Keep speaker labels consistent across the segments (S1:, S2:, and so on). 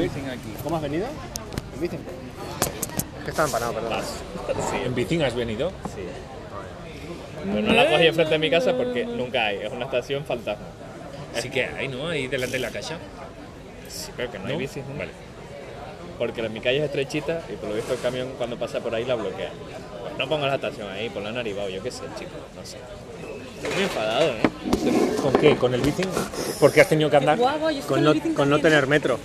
S1: bicing aquí.
S2: ¿Cómo has venido? ¿En bici? Es que estaba empanado, perdón.
S1: Sí,
S3: ¿En bicín has venido?
S1: sí. Pero no la cogí enfrente de mi casa porque nunca hay, es una estación fantasma.
S3: Sí que hay, ¿no? Ahí delante de la casa.
S1: Sí, pero que no, hay bicis. ¿no?
S3: Vale.
S1: Porque mi calle es estrechita y por lo visto el camión cuando pasa por ahí la bloquea. Pues no pongo la estación ahí, por la naribao, yo qué sé, chicos, no sé. Estoy muy enfadado, ¿eh?
S3: ¿Con qué? ¿Con el bicín? Porque has tenido que andar.
S4: Guau, yo estoy
S2: Con no,
S4: el bicing
S2: con no
S4: también.
S2: tener metro.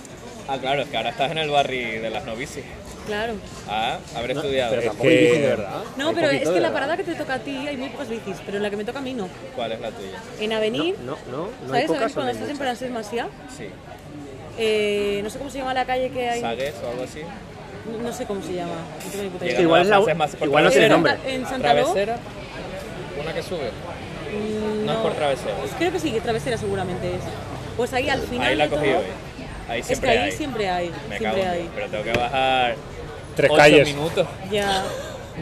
S1: Ah, claro, es que ahora estás en el barrio de las novicis.
S4: Claro.
S1: Ah, habré estudiado.
S2: Pero
S3: Es
S2: tampoco
S3: que-
S2: hay bici de verdad.
S4: No,
S2: Hay
S4: pero
S2: poquito
S4: es que
S2: de
S4: la
S2: verdad.
S4: parada que te toca a ti hay muy pocas bicis, pero en la que me toca a mí no.
S1: ¿Cuál es la tuya?
S4: En Avenir,
S2: No, no, no, no hay
S4: ¿sabes? A
S2: pocas
S4: ver,
S2: o no
S4: cuando
S2: hay
S4: estás en
S2: muchas.
S4: Francés Maciá,
S1: Sí.
S4: eh, no sé cómo se llama la calle que hay.
S1: ¿Sagues o algo así?
S4: No- No sé cómo se llama. No tengo ni puta
S1: Llega
S4: idea.
S2: que igual es la-
S1: a Francés Maciá por
S2: igual no tiene
S4: Pero
S1: travesera.
S2: nombre.
S4: en- En Santa Ló,
S1: ¿Travesera? ¿Una que sube?
S4: mm,
S1: No es por travesera.
S4: Creo que sí, que travesera seguramente es. Pues ahí al final.
S1: Ahí la
S4: de
S1: cogí
S4: todo-
S1: hoy. Ahí
S4: Es que
S1: siempre
S4: ahí
S1: hay.
S4: siempre hay.
S1: Me cago en
S4: siempre
S1: Dios,
S4: hay.
S1: Pero tengo que bajar
S3: Tres
S1: ocho
S3: calles.
S1: minutos.
S4: Ya.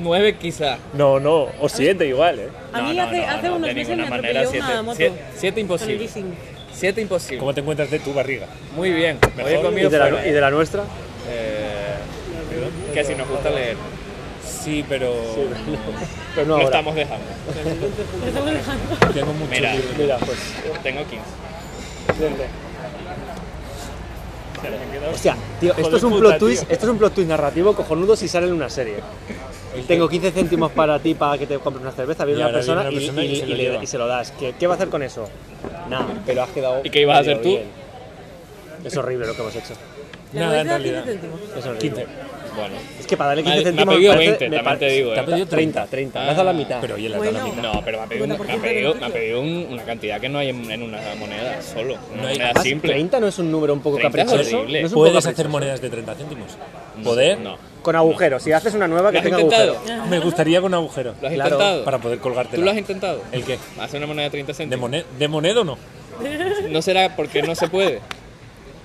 S1: Nueve quizás.
S3: No, no, o siete igual, ¿eh?
S4: A mí
S1: No, no,
S4: hace,
S1: no,
S4: hace
S1: no,
S4: unos
S1: de
S4: meses me
S1: ninguna
S4: atropelló
S1: manera,
S4: una
S1: siete-
S4: moto.
S1: siete- siete
S4: Con el
S1: imposible.
S4: leasing.
S1: Siete imposible.
S3: ¿Cómo te encuentras de tu barriga? Ah,
S1: Muy bien. Hoy he
S3: Mejor.
S2: ¿Y
S1: comido
S2: de,
S1: fuera.
S2: la, y de la nuestra?
S1: Eh, que si nos gusta leer.
S3: Sí, pero.
S2: Pero no
S1: lo
S2: ahora.
S1: estamos dejando.
S4: Lo estamos dejando.
S3: Tengo mucho.
S1: Mira.
S3: libro.
S2: Mira, pues.
S1: Tengo 15.
S2: Hostia, tío, esto
S3: Joder,
S2: es, un
S3: puta,
S2: plot
S3: tío.
S2: twist, esto es un plot twist narrativo cojonudo si sale en una serie. Tengo 15 céntimos para ti para que te compres una cerveza. Viene
S3: Y
S2: una
S3: ahora viene
S2: persona,
S3: una persona
S2: y,
S3: y
S2: y-
S3: se
S2: y
S3: lo
S2: le-
S3: lleva.
S2: y se lo das. ¿Qué, qué va a hacer con eso? Nada, pero has quedado.
S1: ¿Y qué ibas a hacer tú?
S2: bien. Es horrible lo que hemos hecho.
S4: La
S3: Nada, en
S4: verdad, tiene
S3: realidad.
S4: céntimos.
S2: Es horrible.
S3: 15.
S1: Bueno.
S2: Es que para darle
S1: Me ha- me ha
S2: 15 céntimos.
S1: pedido
S2: parece-
S1: 20,
S2: me
S1: también te
S2: parece-
S1: digo,
S2: Te
S1: ¿eh?
S2: ha pedido 30, 30. Me has dado la
S1: Ah,
S2: mitad.
S3: Pero oye, le da
S4: Bueno.
S3: la mitad.
S1: No, pero me ha pedido, un- me ha
S4: 50%
S1: pedido,
S4: del
S1: me ha pedido un- una cantidad que no hay en, en una moneda solo. Una
S3: No hay-
S1: moneda
S3: además,
S1: simple.
S2: 30 no es un número un poco
S1: 30 es
S2: caprichoso.
S1: horrible.
S2: ¿No es un poco
S3: ¿Puedes
S2: caprichoso?
S3: hacer monedas de 30 céntimos? ¿Poder?
S1: Mm, No.
S2: Con agujeros. Si haces una nueva
S1: ¿Lo
S2: que
S1: has
S2: tenga
S1: intentado?
S2: agujeros.
S3: Me gustaría con agujero.
S1: ¿Lo has
S2: Claro,
S1: intentado?
S3: Para poder colgártela.
S1: ¿Tú lo has intentado?
S3: ¿El qué?
S1: Hacer una moneda de 30
S3: ¿De,
S1: céntimos.
S3: moned ¿De moneda o no?
S1: ¿No será porque no se puede?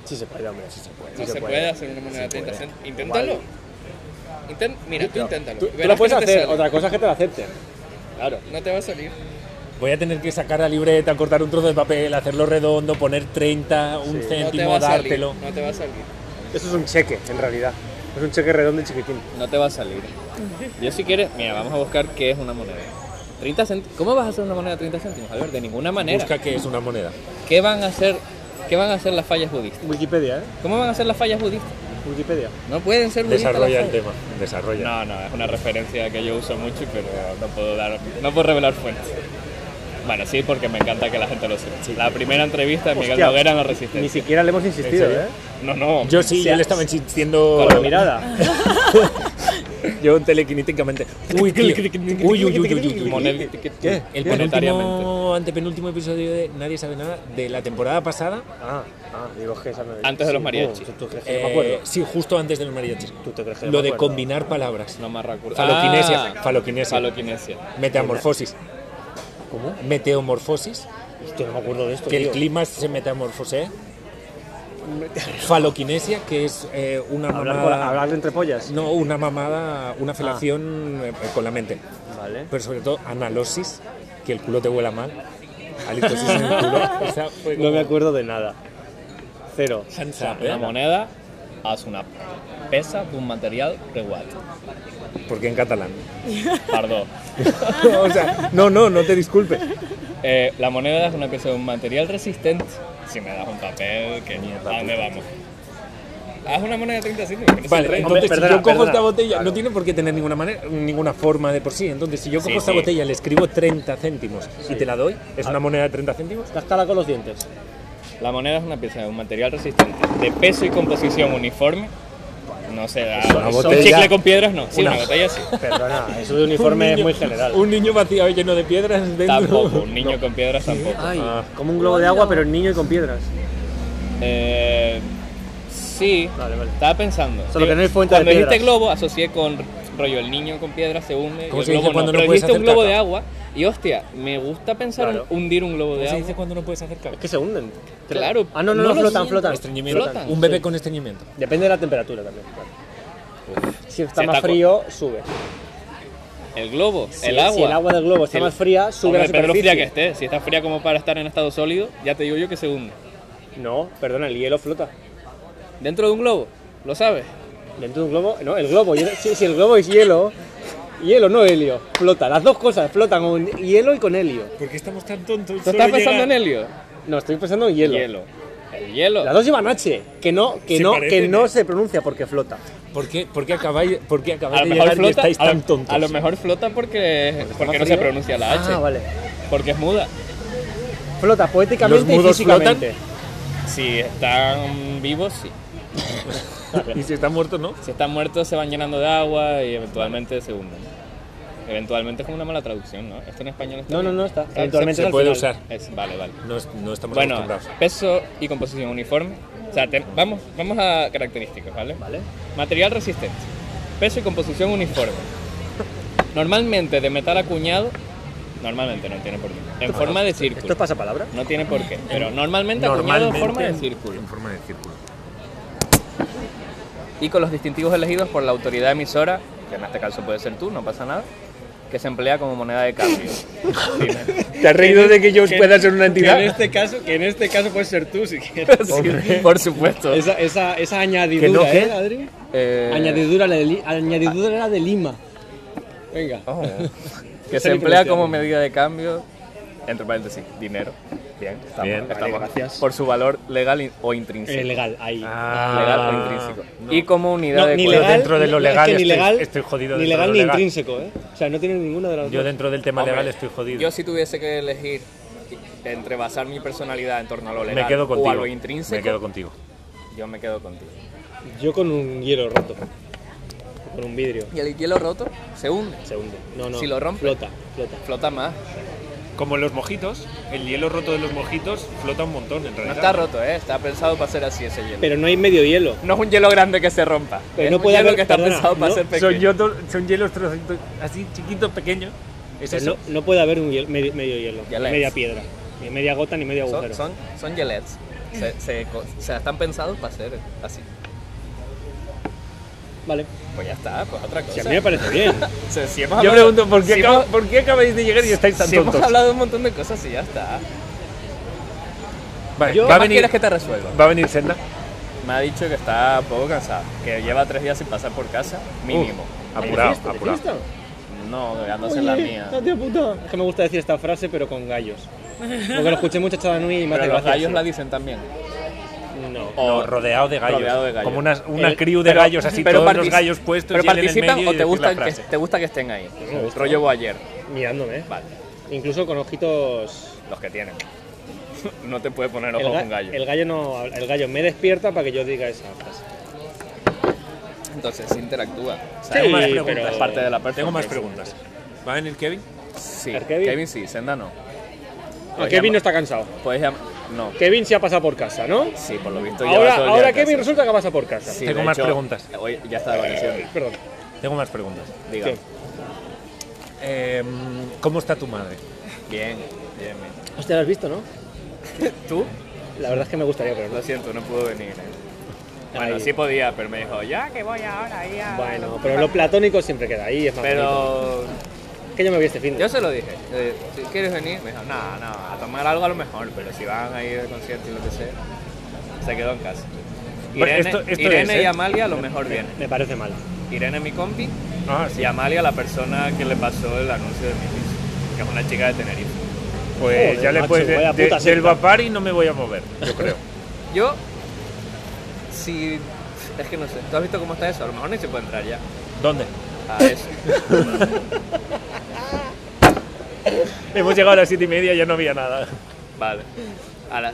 S2: Sí se puede, hombre. Sí se puede.
S1: No
S2: sí
S1: se puede hacer una moneda de 30 céntimos. Inténtalo. Inten- Mira, tú inténtalo.
S2: Tú, tú
S1: Verás
S2: la
S1: que
S2: puedes
S1: no te
S2: hacer,
S1: sale.
S2: otra cosa es que te la acepten. Claro.
S1: No te va a salir.
S3: Voy a tener que sacar la libreta, cortar un trozo de papel, hacerlo redondo, poner 30, un
S2: Sí.
S1: No te va
S3: céntimo,
S1: a salir.
S3: dártelo.
S1: No te va a salir.
S2: Eso es un cheque, en realidad. Es un cheque redondo y chiquitín.
S1: No te va a salir. Yo si quieres, mira, vamos a buscar qué es una moneda. 30 cent- ¿Cómo vas a hacer una moneda de 30 céntimos, Albert? De ninguna manera.
S3: Busca que es una moneda.
S1: ¿Qué van a hacer? ¿Qué van a hacer las fallas budistas?
S2: Wikipedia, ¿eh?
S1: ¿Cómo van a hacer las fallas budistas?
S2: Wikipedia.
S1: No pueden ser budistas.
S3: Desarrolla
S1: las
S3: el
S1: fallas.
S3: tema. Desarrolla.
S1: No, no, es una referencia que yo uso mucho, pero no puedo dar, no puedo revelar fuentes. Bueno, sí, porque me encanta que la gente lo sepa. La primera entrevista de Miguel
S2: Hostia,
S1: Noguera en la
S2: Ni
S1: Resistencia.
S2: siquiera le hemos insistido,
S3: ¿En
S2: ¿eh?
S3: serio?
S1: No, no.
S3: Yo sí, yo le estaba insistiendo.
S2: Con la mirada.
S3: Yo telequinéticamente. Uy, tío. Uy, uy, uy, uy, uy, uy.
S1: Moned-
S2: ¿Qué?
S3: El
S1: ¿Qué? Monetariamente.
S3: penúltimo, antepenúltimo episodio de Nadie sabe nada de la temporada pasada.
S2: Ah, ah, digo que esa no
S1: Antes de los
S2: Sí,
S1: mariachis.
S2: ¿Tú, tú crees que no me
S3: Eh,
S2: acuerdo?
S3: sí, justo antes del mariachi.
S2: ¿Tú te crees que no
S3: Lo
S2: me
S3: de
S2: acuerdo?
S3: combinar palabras.
S1: No me recuerdo.
S3: Faloquinesia,
S1: Ah,
S3: faloquinesia.
S1: Faloquinesia.
S3: Metamorfosis.
S2: ¿Cómo? Pues
S3: Meteomorfosis.
S2: Hostia, no me acuerdo de esto.
S3: Que el
S2: tío.
S3: clima se metamorfosea. Faloquinesia, que es eh, una
S2: Hablar, con la-
S3: mamada.
S2: hablar entre pollas.
S3: No, una mamada, una felación
S2: Ah.
S3: eh, con la mente.
S2: Vale.
S3: Pero sobre todo, analosis, que el culo te huela mal. Halitosis en el culo. O sea, fue
S2: No me
S3: como
S2: acuerdo de nada. Cero.
S3: hands up,
S1: La
S3: ¿eh?
S1: moneda es una pesa de un material preuat.
S3: Porque en catalán.
S1: Perdó.
S3: o sea, no, no, no te disculpes.
S1: Eh, la moneda es una pieza de un material resistente. Si me das un papel, que ¿A dónde vamos? Haz una moneda de 30 céntimos. que no son
S3: Vale,
S1: 30.
S2: hombre,
S3: entonces si
S2: perdona,
S3: yo cojo
S2: perdona.
S3: esta botella,
S2: Claro.
S3: no tiene por qué tener ninguna manera, ninguna forma de por sí. Entonces, si yo cojo
S1: Sí,
S3: esta
S1: sí.
S3: botella, le escribo 30 céntimos y te la doy, ¿es una moneda de 30 céntimos?
S2: Cascada con los dientes.
S1: La moneda es una pieza de un material resistente de peso y composición uniforme. No sé, da-
S3: Eso, una
S1: un
S3: botella-
S1: chicle con piedras no. Sí, una,
S3: Una-
S1: botella sí.
S2: Perdona, eso de uniforme
S3: Un niño-
S2: es muy general.
S3: Un niño vacío y lleno de piedras dentro.
S1: Tampoco, un niño con piedras tampoco.
S2: Ay,
S3: Ah.
S2: como un globo de agua, pero en niño y con piedras.
S1: Eh, sí,
S2: Vale, vale.
S1: estaba pensando.
S2: Solo que no hay fuente de
S1: Cuando dijiste
S2: piedras.
S1: globo, asocié con rollo el niño con piedra se hunde. y
S3: ¿Cómo
S1: el
S3: se dice
S1: globo
S3: cuando no
S1: pero
S3: puedes
S1: dijiste un
S3: hacer
S1: globo de
S3: caca?
S1: agua y hostia, me gusta pensar en
S2: Claro.
S1: hundir un globo de
S3: ¿Cómo se
S1: agua.
S3: dice cuando no puedes hacer caca?
S2: Es que se hunden.
S1: Claro.
S2: Ah, no, no,
S1: No
S2: no,
S1: los
S2: flotan,
S1: siento.
S2: flotan.
S3: Estreñimiento.
S1: Flotan.
S3: Un bebé con estreñimiento.
S2: Depende de la temperatura también. claro. Si está
S1: Si
S2: más
S1: está cu-
S2: frío, sube.
S1: El globo,
S2: Si-
S1: el agua.
S2: Si el agua del globo está
S1: El-
S2: más fría, sube
S1: Hombre,
S2: la
S1: depende de lo
S2: superficie.
S1: fría que esté. Si está fría como para estar en estado sólido, ya te digo yo que se hunde.
S2: No, perdona, el hielo flota.
S1: ¿Dentro de un globo? ¿Lo sabes?
S2: Dentro de un globo, no, el globo, hielo- si, si el globo es hielo, hielo, no helio, flota, las dos cosas flotan con hielo y con helio.
S3: ¿Por qué estamos tan tontos?
S1: ¿Tú estás pensando en helio?
S2: No, estoy pensando en hielo.
S1: El hielo.
S2: Las dos llevan H, que no, que
S3: Se
S2: no, que
S3: parecen,
S2: no
S3: ¿eh?
S2: se pronuncia porque flota.
S3: ¿Por qué, por qué acabáis, por qué acabáis
S1: A lo
S3: de
S1: mejor
S3: llegar y
S1: flota,
S3: estáis
S1: a lo-
S3: tan tontos?
S1: a lo mejor flota porque, porque no se
S2: frío.
S1: pronuncia la H.
S2: Ah, vale.
S1: Porque es muda.
S2: Flota poéticamente
S3: ¿Los
S2: y
S3: mudos
S2: físicamente.
S1: Si están vivos, sí.
S3: Y si está muerto, ¿no?
S1: Si están muertos, se van llenando de agua y eventualmente se hunden. Eventualmente es como una mala traducción, ¿no? Esto en español está
S2: No, no,
S1: bien.
S2: no, está.
S1: Ah,
S2: Eventualmente
S1: se-
S3: se
S2: al
S3: puede
S2: final.
S3: usar.
S1: es- vale, vale.
S3: No, es- no estamos
S1: Bueno,
S3: acostumbrados.
S1: peso y composición uniforme. O sea, te- vamos, vamos a características, ¿vale?
S2: Vale.
S1: Material resistente. Peso y composición uniforme. Normalmente de metal acuñado. Normalmente no tiene por qué. En forma de
S2: ¿Esto
S1: círculo.
S2: es pasapalabra?
S1: No tiene por qué. Pero normalmente acuñado en forma de círculo.
S3: En forma de círculo.
S1: y con los distintivos elegidos por la autoridad emisora, que en este caso puede ser tú, no pasa nada, que se emplea como moneda de cambio.
S3: ¿Te has reído de que yo pueda ser una entidad?
S1: este caso, que en este caso puede ser tú si quieres. por supuesto.
S2: Esa, esa, esa añadidura,
S3: ¿Que no, qué?
S2: ¿eh, Adri?
S1: Eh,
S2: Añadidura, la de, Li- añadidura de Lima. Venga.
S1: oh, que se
S2: Esa ni
S1: emplea
S2: pronunciada.
S1: como medida de cambio, entre paréntesis, dinero. Bien, estamos,
S3: Bien.
S1: estamos
S2: Vale, gracias.
S1: por su valor legal in- o intrínseco.
S2: Eh, legal, ahí.
S1: Legal o intrínseco. Y como unidad
S2: No,
S1: de
S2: ni
S1: cuerpo.
S2: legal,
S3: dentro Ah, de
S2: no,
S3: lo
S2: es que
S3: legal
S2: ni
S3: estoy-
S2: legal,
S3: estoy jodido
S2: Ni
S3: dentro
S2: legal
S3: de lo
S2: ni
S3: legal.
S2: intrínseco, ¿eh? O sea, no tiene ninguna de las
S3: Yo
S2: dos.
S3: dentro del tema
S1: Hombre,
S3: legal estoy jodido.
S1: Yo si tuviese que elegir entre basar mi personalidad en torno a lo legal
S3: me quedo
S1: o
S3: contigo.
S1: a lo intrínseco,
S3: Me quedo contigo.
S1: yo me quedo contigo.
S2: Yo con un hielo roto. O Con un vidrio.
S1: Y el hielo roto se hunde,
S2: Segundo. No, no.
S1: Si lo rompe.
S2: Flota, flota.
S1: flota más.
S3: Como los mojitos, el hielo roto de los mojitos flota un montón en
S1: No está roto, ¿eh? está pensado para ser así ese hielo.
S2: Pero no hay medio hielo.
S1: no es un hielo grande que se rompa.
S2: Pero
S1: es
S2: no
S1: un
S2: puede
S1: hielo
S2: haber-
S1: que está
S2: perdona,
S1: pensado para
S2: no,
S1: ser pequeño.
S3: Son, yodo- son hielos trocitos, así chiquitos, pequeños. Es
S2: Pues
S3: eso.
S2: No, no puede haber un hiel- medio, medio hielo.
S1: Ya
S2: ni
S1: la
S2: media
S1: es.
S2: piedra. Ni media gota, ni medio agujero.
S1: son, son, son gelets. Se, se co- o sea, están pensados para ser así.
S2: Vale.
S1: Pues ya está, pues otra
S2: Si
S1: cosa.
S2: a mí me parece bien.
S1: O sea, si hemos
S3: Yo
S1: hablado-
S3: pregunto, ¿por qué,
S1: si
S3: acaba-
S1: hemos-
S3: ¿por qué acabáis de llegar y estáis tan
S1: si
S3: tontos?
S1: hemos hablado de un montón de cosas y ya está.
S3: Vale,
S1: Yo-
S3: va,
S1: ¿Qué
S3: a
S1: más
S3: venir,
S1: quieres que te resuelva?
S3: va a venir Senda.
S1: Me ha dicho que está un poco cansada, que lleva tres días sin pasar por casa, mínimo.
S3: Apurado, apurado.
S1: No, dejándose la mía.
S2: Es que me gusta decir esta frase, pero con gallos. Porque lo escuché mucho esta Nui y me
S1: Pero
S2: hace
S1: los
S2: gracia.
S1: gallos la dicen también.
S2: No.
S3: No, rodeado de gallos.
S1: Rodeado de gallos.
S3: Como unas- una
S1: El-
S3: crew de
S1: pero-
S3: gallos, así
S1: pero
S3: todos los
S1: partici-
S3: gallos puestos
S1: ¿Pero
S3: y él en el
S1: participan
S3: medio
S1: o
S3: y
S1: te
S3: decir
S1: gusta,
S3: la
S1: que,
S3: frase.
S1: te gusta que estén ahí?
S2: Me gusta.
S1: Rollo Boyer,
S2: Mirándome. ¿eh?
S1: Vale.
S2: Incluso con ojitos.
S1: los que tienen. no te puede poner
S2: El,
S1: ojo
S2: ga-
S1: con gallo.
S2: el gallo no. habla- El gallo me despierta para que yo diga esa frase.
S1: Entonces se interactúa. O sea,
S2: Sí,
S1: es más
S2: pero-
S1: preguntas, es parte de la
S3: Tengo más
S1: performance.
S3: preguntas. ¿Va a venir Kevin?
S1: Sí,
S2: ¿El Kevin?
S1: Kevin? sí, Senda no.
S2: Ah,
S1: Puedes
S2: Kevin no
S1: llamar-
S2: está cansado.
S1: Puedes llamar... No.
S2: Kevin se ha pasado por casa, ¿no?
S1: Sí, por lo visto lleva
S2: Ahora,
S1: todo el día
S2: ahora
S1: en casa.
S2: Kevin resulta que pasa por casa.
S1: Sí,
S3: Tengo
S1: de
S3: más
S1: hecho,
S3: preguntas.
S1: Hoy ya está de vacaciones.
S2: Perdón.
S3: Tengo más preguntas.
S1: Diga.
S2: ¿Qué?
S3: Eh, ¿Cómo está tu madre?
S1: Bien, bien, bien.
S2: Hostia, lo has visto, ¿no?
S1: ¿Tú?
S2: La verdad es que me gustaría, pero no.
S1: Lo siento, no pudo venir. eh. Bueno,
S2: Ay.
S1: sí podía, pero me dijo, ya que voy ahora, ahí a
S2: Bueno,
S1: los-
S2: pero lo platónico siempre queda ahí, es más bonito.
S1: Pero
S2: Que yo me vi este fin de-
S1: yo se lo dije, eh, si quieres venir, me dijo, no, no, a tomar algo a lo mejor, pero si van a ir al concierto y lo que sea, se quedó en casa.
S3: Bueno,
S1: Irene,
S3: esto- esto
S1: Irene
S3: es,
S1: y
S3: ¿eh?
S1: Amalia a lo mejor vienen.
S2: Me parece mal.
S1: Irene mi compi
S3: Ah,
S1: y Amalia la persona que le pasó el anuncio de mi piso, que es una chica de Tenerife.
S3: Pues
S2: Joder,
S3: ya le
S2: macho,
S3: puedes
S2: vaya
S3: de-
S2: puta
S3: de- del
S2: secta.
S3: Vapari no me voy a mover, yo creo.
S1: Yo, si... Es que no sé, ¿tú has visto cómo está eso? A lo mejor ni se puede entrar ya.
S3: ¿Dónde?
S1: A eso.
S3: Hemos llegado a las siete y media y ya no había nada.
S1: Vale. A la-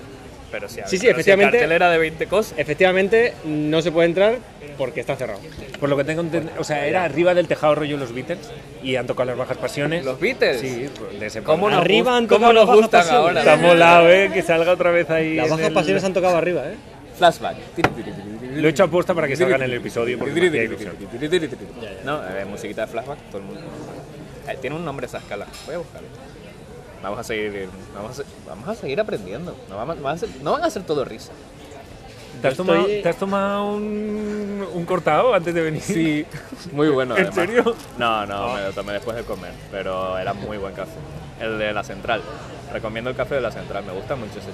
S1: Pero si
S2: Sí, sí,
S1: pero si el
S2: efectivamente.
S1: cartel era de 20 cosas.
S2: Efectivamente, no se puede entrar porque está cerrado.
S3: Por lo que tengo entendido, o sea, era arriba del tejado rollo los Beatles y han tocado las bajas pasiones.
S1: ¿Los Beatles?
S3: Sí, pues, de ese
S1: ¿Cómo nos,
S3: palo.
S2: Arriba
S1: gust-
S2: han
S1: cómo
S2: tocado
S1: nos
S2: las bajas
S1: gustan
S2: pasiones.
S1: ahora?
S3: Está molado, eh, que salga otra vez ahí.
S2: Las
S3: en
S2: bajas
S3: el-
S2: pasiones han tocado arriba, ¿eh?
S1: Flashback.
S3: Lo he hecho aposta para que salga en el episodio porque me hacía ilusión.
S1: No, eh, musiquita de flashback, todo el mundo. Eh, tiene un nombre esa escala. Voy a buscarlo. Vamos a seguir, vamos a, se- vamos a seguir aprendiendo. No, vamos, a- vamos a hacer- no van a ser todo risa.
S3: ¿Te has
S2: Estoy-
S3: tomado, te has tomado un, un cortado antes de venir?
S1: Sí, muy bueno.
S3: ¿En
S1: además.
S3: serio?
S1: No, no, me lo tomé después de comer, pero era muy buen café. El de la central. Recomiendo el café de la central, me gusta mucho ese.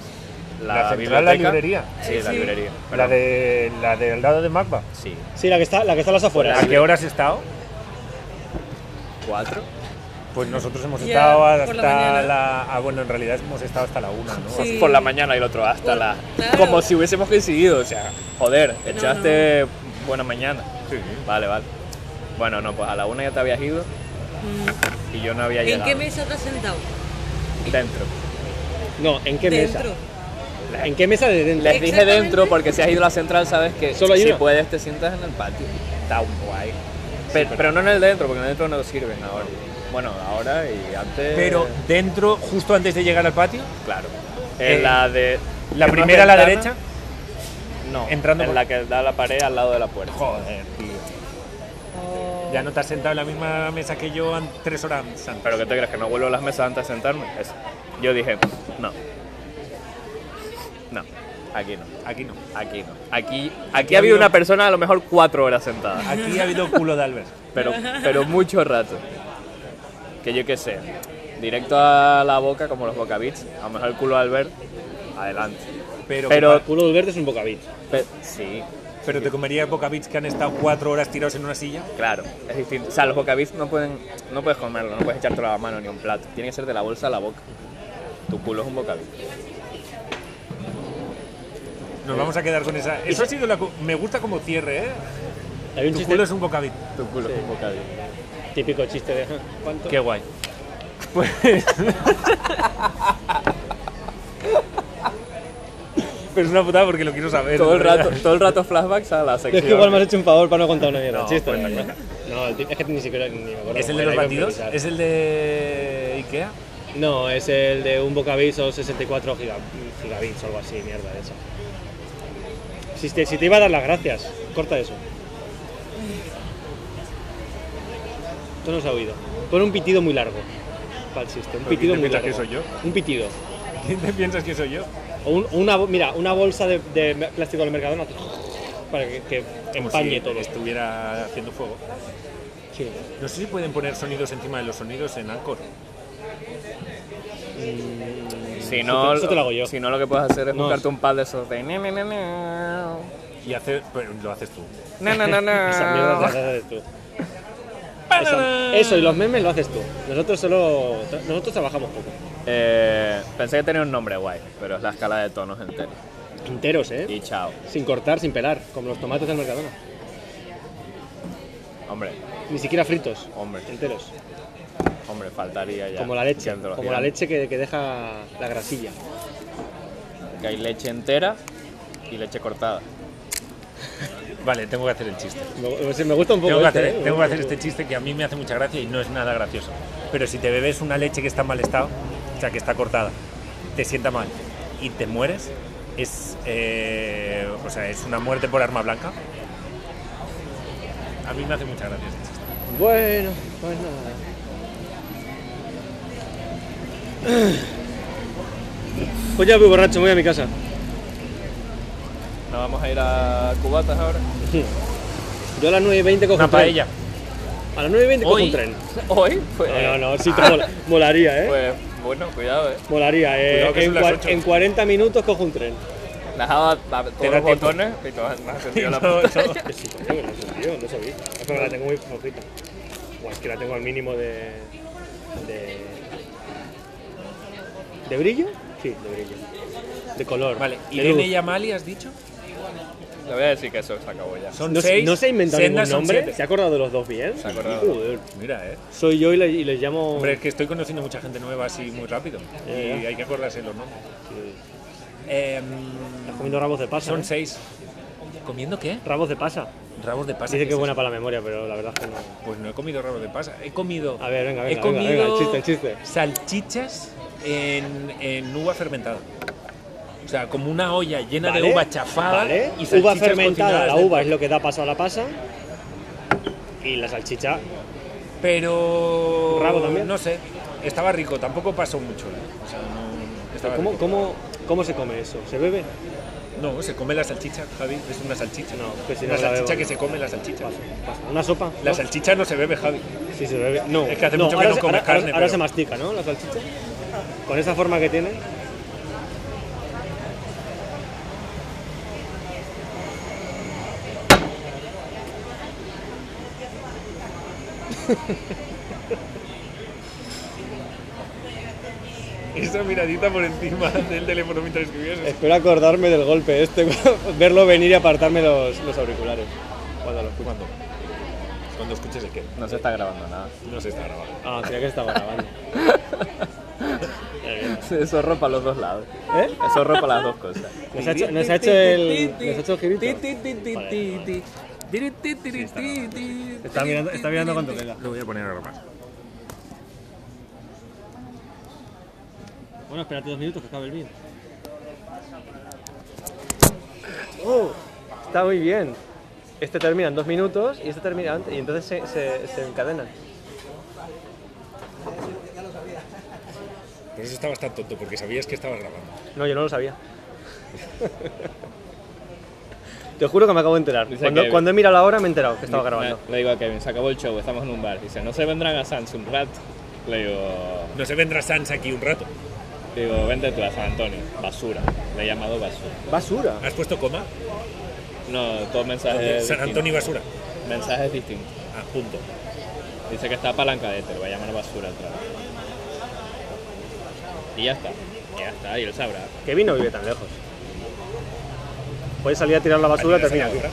S1: La,
S3: La central, la
S1: biblioteca.
S3: librería.
S1: Sí, la
S4: Sí.
S1: librería.
S3: La, de, la del lado de Magba.
S1: Sí.
S2: Sí, la que está, la que está a las afueras.
S3: ¿A qué hora has estado?
S1: ¿Cuatro?
S3: Pues nosotros hemos
S4: Ya,
S3: estado
S4: por
S3: hasta
S4: la
S3: la,
S4: mañana.
S3: Ah, bueno, en realidad hemos estado hasta la una, ¿no?
S4: Sí.
S1: Por la mañana y el otro hasta
S4: Por-
S1: la.
S4: claro.
S1: Como si hubiésemos coincidido. O sea, joder, echaste buena mañana.
S3: Sí.
S1: Vale, vale. Bueno, no, pues a la una ya te habías ido y yo no había
S4: ¿En
S1: llegado.
S4: qué mesa te has sentado?
S1: Dentro.
S2: No, ¿en qué
S4: Dentro.
S2: mesa? ¿En qué mesa de dentro?
S1: Les dije
S4: Exactamente.
S1: dentro porque si has ido a la central sabes que
S2: Solo hay
S1: si
S2: una.
S1: puedes te sientas en el patio. Está guay. Pero, pero no en el dentro, porque en el dentro no sirven ahora. Bueno, ahora y antes.
S3: Pero dentro, justo antes de llegar al patio,
S1: Claro. En
S3: Eh,
S1: la de.
S3: la
S1: que no es
S3: primera a la
S1: ventana,
S3: derecha.
S1: No.
S3: entrando
S1: en
S3: por-
S1: la que da la pared al lado de la puerta.
S3: Joder, tío.
S4: Oh.
S3: Ya no te has sentado en la misma mesa que yo an- tres horas antes.
S1: Pero ¿qué te crees? ¿Que no vuelvo a las mesas antes de sentarme? Eso. Yo dije, no. No. Aquí no.
S3: Aquí no.
S1: Aquí no. Aquí, aquí ha habido una persona a lo mejor cuatro horas sentada.
S3: Aquí ha habido culo de Albert.
S1: pero, pero mucho rato. Que yo qué sé, directo a la boca como los bocabits, a lo mejor el culo al ver, adelante.
S3: Pero,
S1: Pero-
S2: El culo del verde es un bocavit.
S1: Pe- sí,
S3: pero te comerías bocabits que han estado cuatro horas tirados en una silla.
S1: claro, es distinto. O sea, los bocabits no pueden, no puedes comerlo, no puedes echártelo a la mano ni a un plato. Tiene que ser de la bolsa a la boca. Tu culo es un bocabit.
S3: Nos vamos a quedar con esa. Eso ha sido la. co- Me gusta como cierre, ¿eh?
S2: Hay un
S3: Tu
S2: chiste
S3: culo es un bocabit.
S1: Tu culo es un bocabit.
S2: típico chiste de "Ja, ¿cuánto?
S3: Qué guay. Pero es una putada porque lo quiero saber.
S1: Todo el
S3: en realidad.
S1: rato, todo el rato flashbacks a la
S2: Es
S1: sección.
S2: que igual me has hecho un favor para no contar una mierda.
S3: No,
S2: chiste.
S3: pues
S2: no, No, el tío- es que ni siquiera ni me acuerdo.
S3: ¿Es el
S2: cómo
S3: de
S2: era, iba
S3: los
S2: a
S3: bandidos?
S2: improvisar.
S3: ¿Es el de Ikea?
S2: No, es el de un bocavit o 64 giga- gigabits o algo así, mierda de esa. Si te, si te iba a dar las gracias, corta eso. Tú no se ha oído. Pon un pitido muy largo para el chiste. Un
S3: ¿Pero quién
S2: pitido
S3: te
S2: muy
S3: piensas
S2: largo.
S3: que soy yo?
S2: Un pitido.
S3: ¿Quién te piensas que soy yo?
S2: O un- o una, bo- mira, una bolsa de, de plástico del Mercadona hace para que, que
S3: Como
S2: empañe
S3: si
S2: todo.
S3: estuviera haciendo fuego.
S2: Sí.
S3: No sé si pueden poner sonidos encima de los sonidos en Anchor.
S1: Si
S2: Eso
S1: no,
S2: te- eso te lo hago yo.
S1: si no, lo que puedes hacer es
S2: No.
S1: buscarte un par de esos de... "Ne, ne, ne, ne".
S3: Y hacer... pero lo haces tú.
S1: Na, na, na, na.
S2: Esa mierda las haces tú. Eso, eso y los memes lo haces tú. Nosotros solo. tra- Nosotros trabajamos poco.
S1: Eh, pensé que tenía un nombre guay, pero es la escala de tonos entera.
S2: Enteros, ¿eh?
S1: Y chao.
S2: Sin cortar, sin pelar, como los tomates del Mercadona.
S1: Hombre,
S2: Ni siquiera fritos,
S1: hombre,
S2: enteros.
S1: hombre, faltaría ya.
S2: como la leche,
S1: Siento los
S2: como la
S1: dientes.
S2: leche que, que deja la grasilla.
S1: Que hay leche entera y leche cortada.
S3: Vale, tengo que hacer el chiste.
S2: Me, o sea, me gusta un poco.
S3: Tengo que,
S2: este,
S3: hacer,
S2: ¿eh?
S3: tengo que hacer este chiste que a mí me hace mucha gracia y no es nada gracioso. Pero si te bebes una leche que está en mal estado, o sea, que está cortada, te sienta mal y te mueres, es, eh, o sea, es una muerte por arma blanca. A mí me hace mucha gracia este chiste.
S2: Bueno, pues nada. Pues ya voy borracho, me voy a mi casa.
S1: ¿No vamos a ir a cubatas ahora?
S2: Yo a las 9 y 20 cojo
S3: Una
S2: un tren.
S3: paella.
S2: A las 9 y 20 cojo
S1: Hoy.
S2: un tren.
S1: ¿Hoy? Pues,
S2: No, no, no, sí, te mola- molaría, ¿eh?
S1: pues bueno, cuidado, eh.
S2: Molaría, eh.
S3: Cuidado que
S2: en,
S3: son las
S2: cua-
S3: ocho.
S2: en 40 minutos cojo un tren.
S1: Dejaba a- todos
S3: da
S1: los
S3: tiempo.
S1: botones y no has- no has encendido la
S3: No,
S1: puta.
S3: no.
S2: Sí, coño, no sé, tío, no sabía. Es que la tengo muy flojita. O es que la tengo al mínimo de. de. ¿De brillo? Sí, de brillo. De color.
S3: Vale,
S2: de
S3: Irene
S2: luz.
S3: y Amali, ¿has dicho?
S1: Le voy a decir que eso se acabó ya.
S3: Son
S2: No, se-
S3: seis.
S2: no se ha inventado
S3: sendas
S2: ningún
S3: son
S2: nombre.
S3: siete.
S2: ¿Se ha acordado de los dos bien?
S1: Se ha acordado.
S2: Joder.
S3: Mira, eh.
S2: Soy yo y, le- y les llamo.
S3: Hombre, es que estoy conociendo mucha gente nueva así muy rápido.
S2: Ya,
S3: Y
S2: ya. Em,
S3: hay que acordarse los nombres.
S2: Sí.
S3: Eh,
S2: Estás comiendo rabos de pasa.
S3: son
S2: ¿eh?
S3: seis. ¿Comiendo qué?
S2: Rabos de pasa.
S3: Rabos de pasa.
S2: Dice
S3: ¿qué
S2: que es
S3: es
S2: buena para la memoria, pero la verdad es que no.
S3: Pues no he comido rabos de pasa. He comido.
S2: A ver, venga,
S3: he
S2: venga, venga,
S3: comido
S2: venga, chiste, chiste.
S3: Salchichas en, en uva fermentada. O sea, como una olla llena
S2: Vale,
S3: de uva chafada
S2: vale.
S3: y
S2: uva
S3: salchichas
S2: fermentada,
S3: cocinadas
S2: la
S3: dentro.
S2: uva es lo que da paso a la pasa. Y la salchicha,
S3: Pero.
S2: Rabo también.
S3: No sé. Estaba rico, tampoco pasó mucho. ¿eh? O sea, no. Estaba
S2: ¿cómo,
S3: rico.
S2: cómo, cómo se come eso? ¿Se bebe?
S3: No, se come la salchicha, Javi. Es una salchicha.
S2: No, pues si no
S3: Una
S2: la
S3: salchicha
S2: bebo,
S3: que
S2: no.
S3: se come la salchicha.
S2: Pasa, pasa. ¿Una sopa?
S3: La
S2: ¿No?
S3: salchicha no se bebe, Javi.
S2: Sí, se bebe. No,
S3: Es que hace mucho que
S2: ahora
S3: no
S2: se-
S3: comes
S2: ahora- ahora-
S3: carne,
S2: Ahora
S3: pero-
S2: se mastica, ¿no? La salchicha. Con esa forma que tiene.
S3: Esa miradita por encima del teléfono mientras escribías. es-
S2: Espero acordarme del golpe este, verlo venir y apartarme los, los auriculares. Cuando lo escucho.
S3: ¿Cuándo? Eh, Cuando escuches el qué.
S1: No se está grabando nada.
S3: No se está grabando.
S2: Ah, creía que estaba grabando.
S1: Eso ropa los dos lados.
S2: ¿Eh?
S1: Eso ropa las dos cosas.
S2: Nos ha hecho, nos ha hecho el. Nos ha hecho el girito. Está mirando, está mirando cuánto queda.
S3: Lo voy a poner a grabar.
S2: Bueno, espérate dos minutos que acabe el vídeo. Oh, está muy bien. Este termina en dos minutos y este termina antes. Y entonces se, se, se encadenan.
S3: Por eso estabas tan tonto, porque sabías que estabas grabando.
S2: No, yo no lo sabía. Te juro que me acabo de enterar.
S1: Dice
S2: Cuando,
S1: que-
S2: cuando he mirado la hora me he enterado que estaba grabando.
S1: Le, le digo a Kevin, se acabó el show, estamos en un bar. Dice, no se vendrán a Sans un rato. Le digo,
S3: No se vendrá Sans aquí un rato.
S1: le digo, vente tú a San Antonio. Basura. Le he llamado basura.
S2: Basura.
S3: ¿Has puesto coma? Eh,
S1: No, todo mensaje
S3: San Antonio y basura.
S1: Mensajes distintos.
S3: Ah, punto.
S1: Dice que está palanca de te lo va a llamar basura otra vez. Y ya está. Y ya está, y él sabrá.
S2: Kevin no vive tan lejos. Puedes salir a tirar la basura,
S3: Adiós a
S2: termina.
S3: la basura.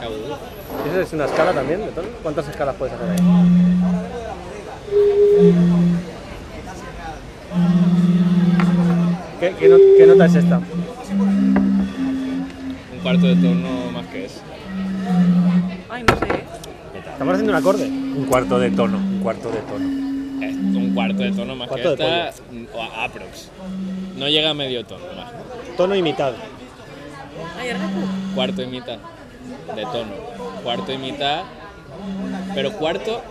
S1: Cabo de Dios.
S2: ¿Eso es una escala también? de tono? ¿Cuántas escalas puedes hacer ahí? ¿Qué, qué no- qué nota es esta?
S1: Un cuarto de tono más que eso.
S4: Ay, no sé.
S2: Estamos haciendo un acorde.
S3: Un cuarto de tono, un cuarto de tono.
S1: Es Eh, un cuarto de tono más que
S2: Cuarto de
S1: esta. mm, o a- aprox. No llega a medio tono más.
S2: Tono y mitad.
S4: Ay, Argazu.
S1: Cuarto y mitad de tono. Cuarto y mitad. Pero cuarto,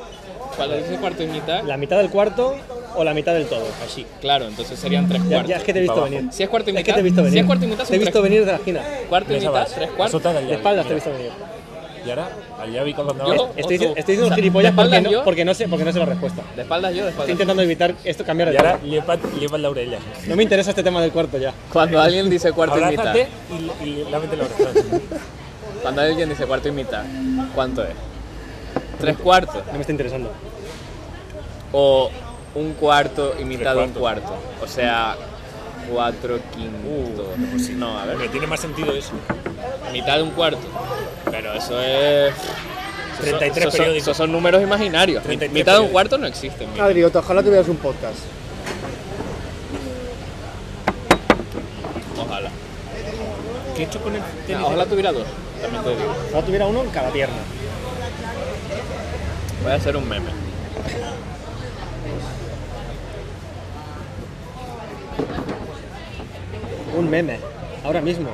S1: cuando dices cuarto y mitad,
S2: ¿La mitad del cuarto o la mitad del todo?
S1: así, claro, entonces serían tres
S2: Ya,
S1: cuartos.
S2: ya es que te he visto
S1: Para abajo.
S2: venir.
S1: Si es cuarto y mitad,
S2: Es que te he visto venir.
S1: si es cuarto y mitad,
S2: te he
S1: son
S2: visto
S1: tres-
S2: venir de la esquina.
S1: Cuarto y
S3: Esa
S1: mitad,
S3: vas.
S1: tres cuartos.
S3: Azota del
S2: De
S3: llave,
S2: espaldas te he
S3: mira.
S2: visto venir.
S3: Y ahora, al llavi cuando
S1: Yo-
S3: andaba-
S1: Ojo,
S2: Estoy, dici-
S1: ojo.
S2: estoy diciendo
S1: O sea,
S2: gilipollas
S1: de
S2: porque
S1: espaldas
S2: no,
S1: yo-
S2: porque, no sé, porque no sé la respuesta.
S1: De espaldas yo, de
S2: Estoy
S1: espaldas tú.
S2: intentando evitar esto, cambiar de
S3: Y ahora
S2: tema.
S3: lleva, lleva la orella.
S2: No me interesa este tema del cuarto ya.
S1: Cuando alguien dice cuarto y mitad,
S3: Abrázate y, y lávete la oreja.
S1: cuando alguien dice cuarto y mitad, ¿cuánto es? ¿Tres cuartos?
S2: No me está interesando.
S1: ¿O un cuarto y mitad de un
S3: Tres
S1: cuarto? O sea, cuatro quintos. no, a ver,
S3: Pero tiene más sentido eso.
S1: mitad de un cuarto. Pero eso es... eso son-
S3: 33
S1: eso son-
S3: periódicos.
S1: Eso son números imaginarios. Mi-
S3: 33
S1: mitad de un
S3: periódicos. Ah.
S1: cuarto no existe. mi-
S5: Adriota, ojalá tuvieras un podcast.
S1: Ojalá.
S3: ¿Qué he hecho con el tenis?
S1: Ah, Ojalá tuviera dos. También te digo.
S2: Ojalá tuviera uno en cada pierna.
S1: Voy a hacer un meme.
S2: Un meme. Ahora mismo.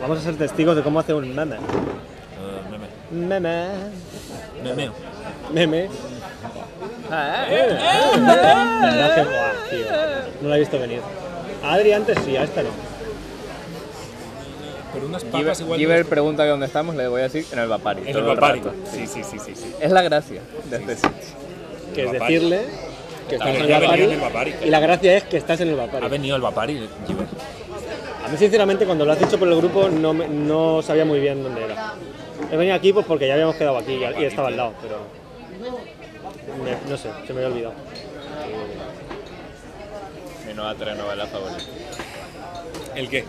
S2: Vamos a ser testigos de cómo hace un meme.
S3: Ah, meme.
S2: Meme.
S3: Memeo.
S2: Meme.
S3: Eh,
S2: La verdad que, buah, tío. No la he visto venir. A Adri antes sí, a esta no.
S3: Pero unas
S1: Giver,
S3: papas igual.
S1: Giver pregunta que dónde estamos, le voy a decir en el Vapari.
S3: En el
S1: todo
S3: papari.
S1: rato.
S3: Sí, sí, sí, sí. sí.
S1: Es la gracia de este sitio.
S2: Que es
S3: El Vapari.
S2: decirle que estás en el
S3: Ya ha venido
S2: Vapari.
S3: en el Vapari.
S2: Y la gracia es que estás en el
S3: Ha
S2: Vapari.
S3: venido el Vapari, eh, Giver.
S2: A mí, sinceramente, cuando lo has dicho por el grupo, no, me- no sabía muy bien dónde era. He venido aquí pues porque ya habíamos quedado aquí y, y estaba al lado, pero. me- no sé, se me había olvidado.
S1: Mi nueva telenovela favorita.
S3: ¿El qué?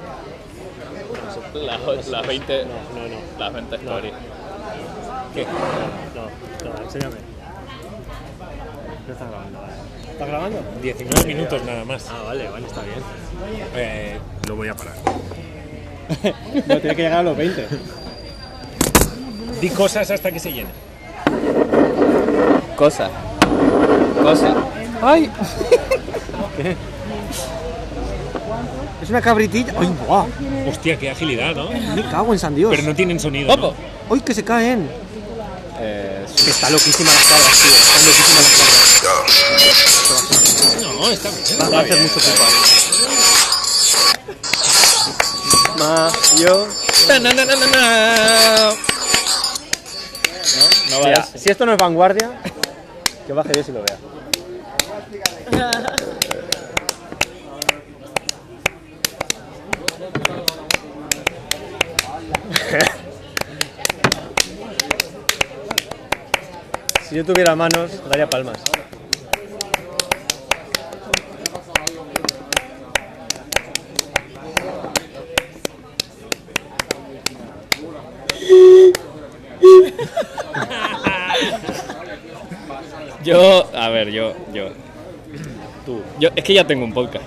S1: Las, las 20,
S2: No, no, no.
S1: las 20 stories.
S3: ¿Qué?
S2: No, no, enséñame. No estás grabando. ¿Estás grabando?
S3: 19 minutos nada más.
S2: Ah, vale, vale, está bien.
S3: Eh, lo voy a parar.
S2: No, tiene que llegar a los 20.
S3: Di cosas hasta que se llene.
S1: Cosa. Cosa.
S2: ¡Ay! Es una cabritilla. ¡Ay, guau!
S3: Hostia, qué agilidad, ¿no?
S2: Me cago en San Dios.
S3: Pero no tienen sonido. ¿no?
S2: ¡Ay, que se caen!
S1: Eh,
S2: Está loquísima las cabras, tío. Están loquísimas las cabras.
S3: No, está bien.
S2: Va a hacer mucho culpa. Mario.
S1: no
S2: Mira,
S1: vayas.
S2: Ah, si esto no es vanguardia, que baje Dios y lo vea. Si yo tuviera manos, daría palmas.
S5: Yo, a ver, yo, yo. Yo, es que ya tengo un podcast.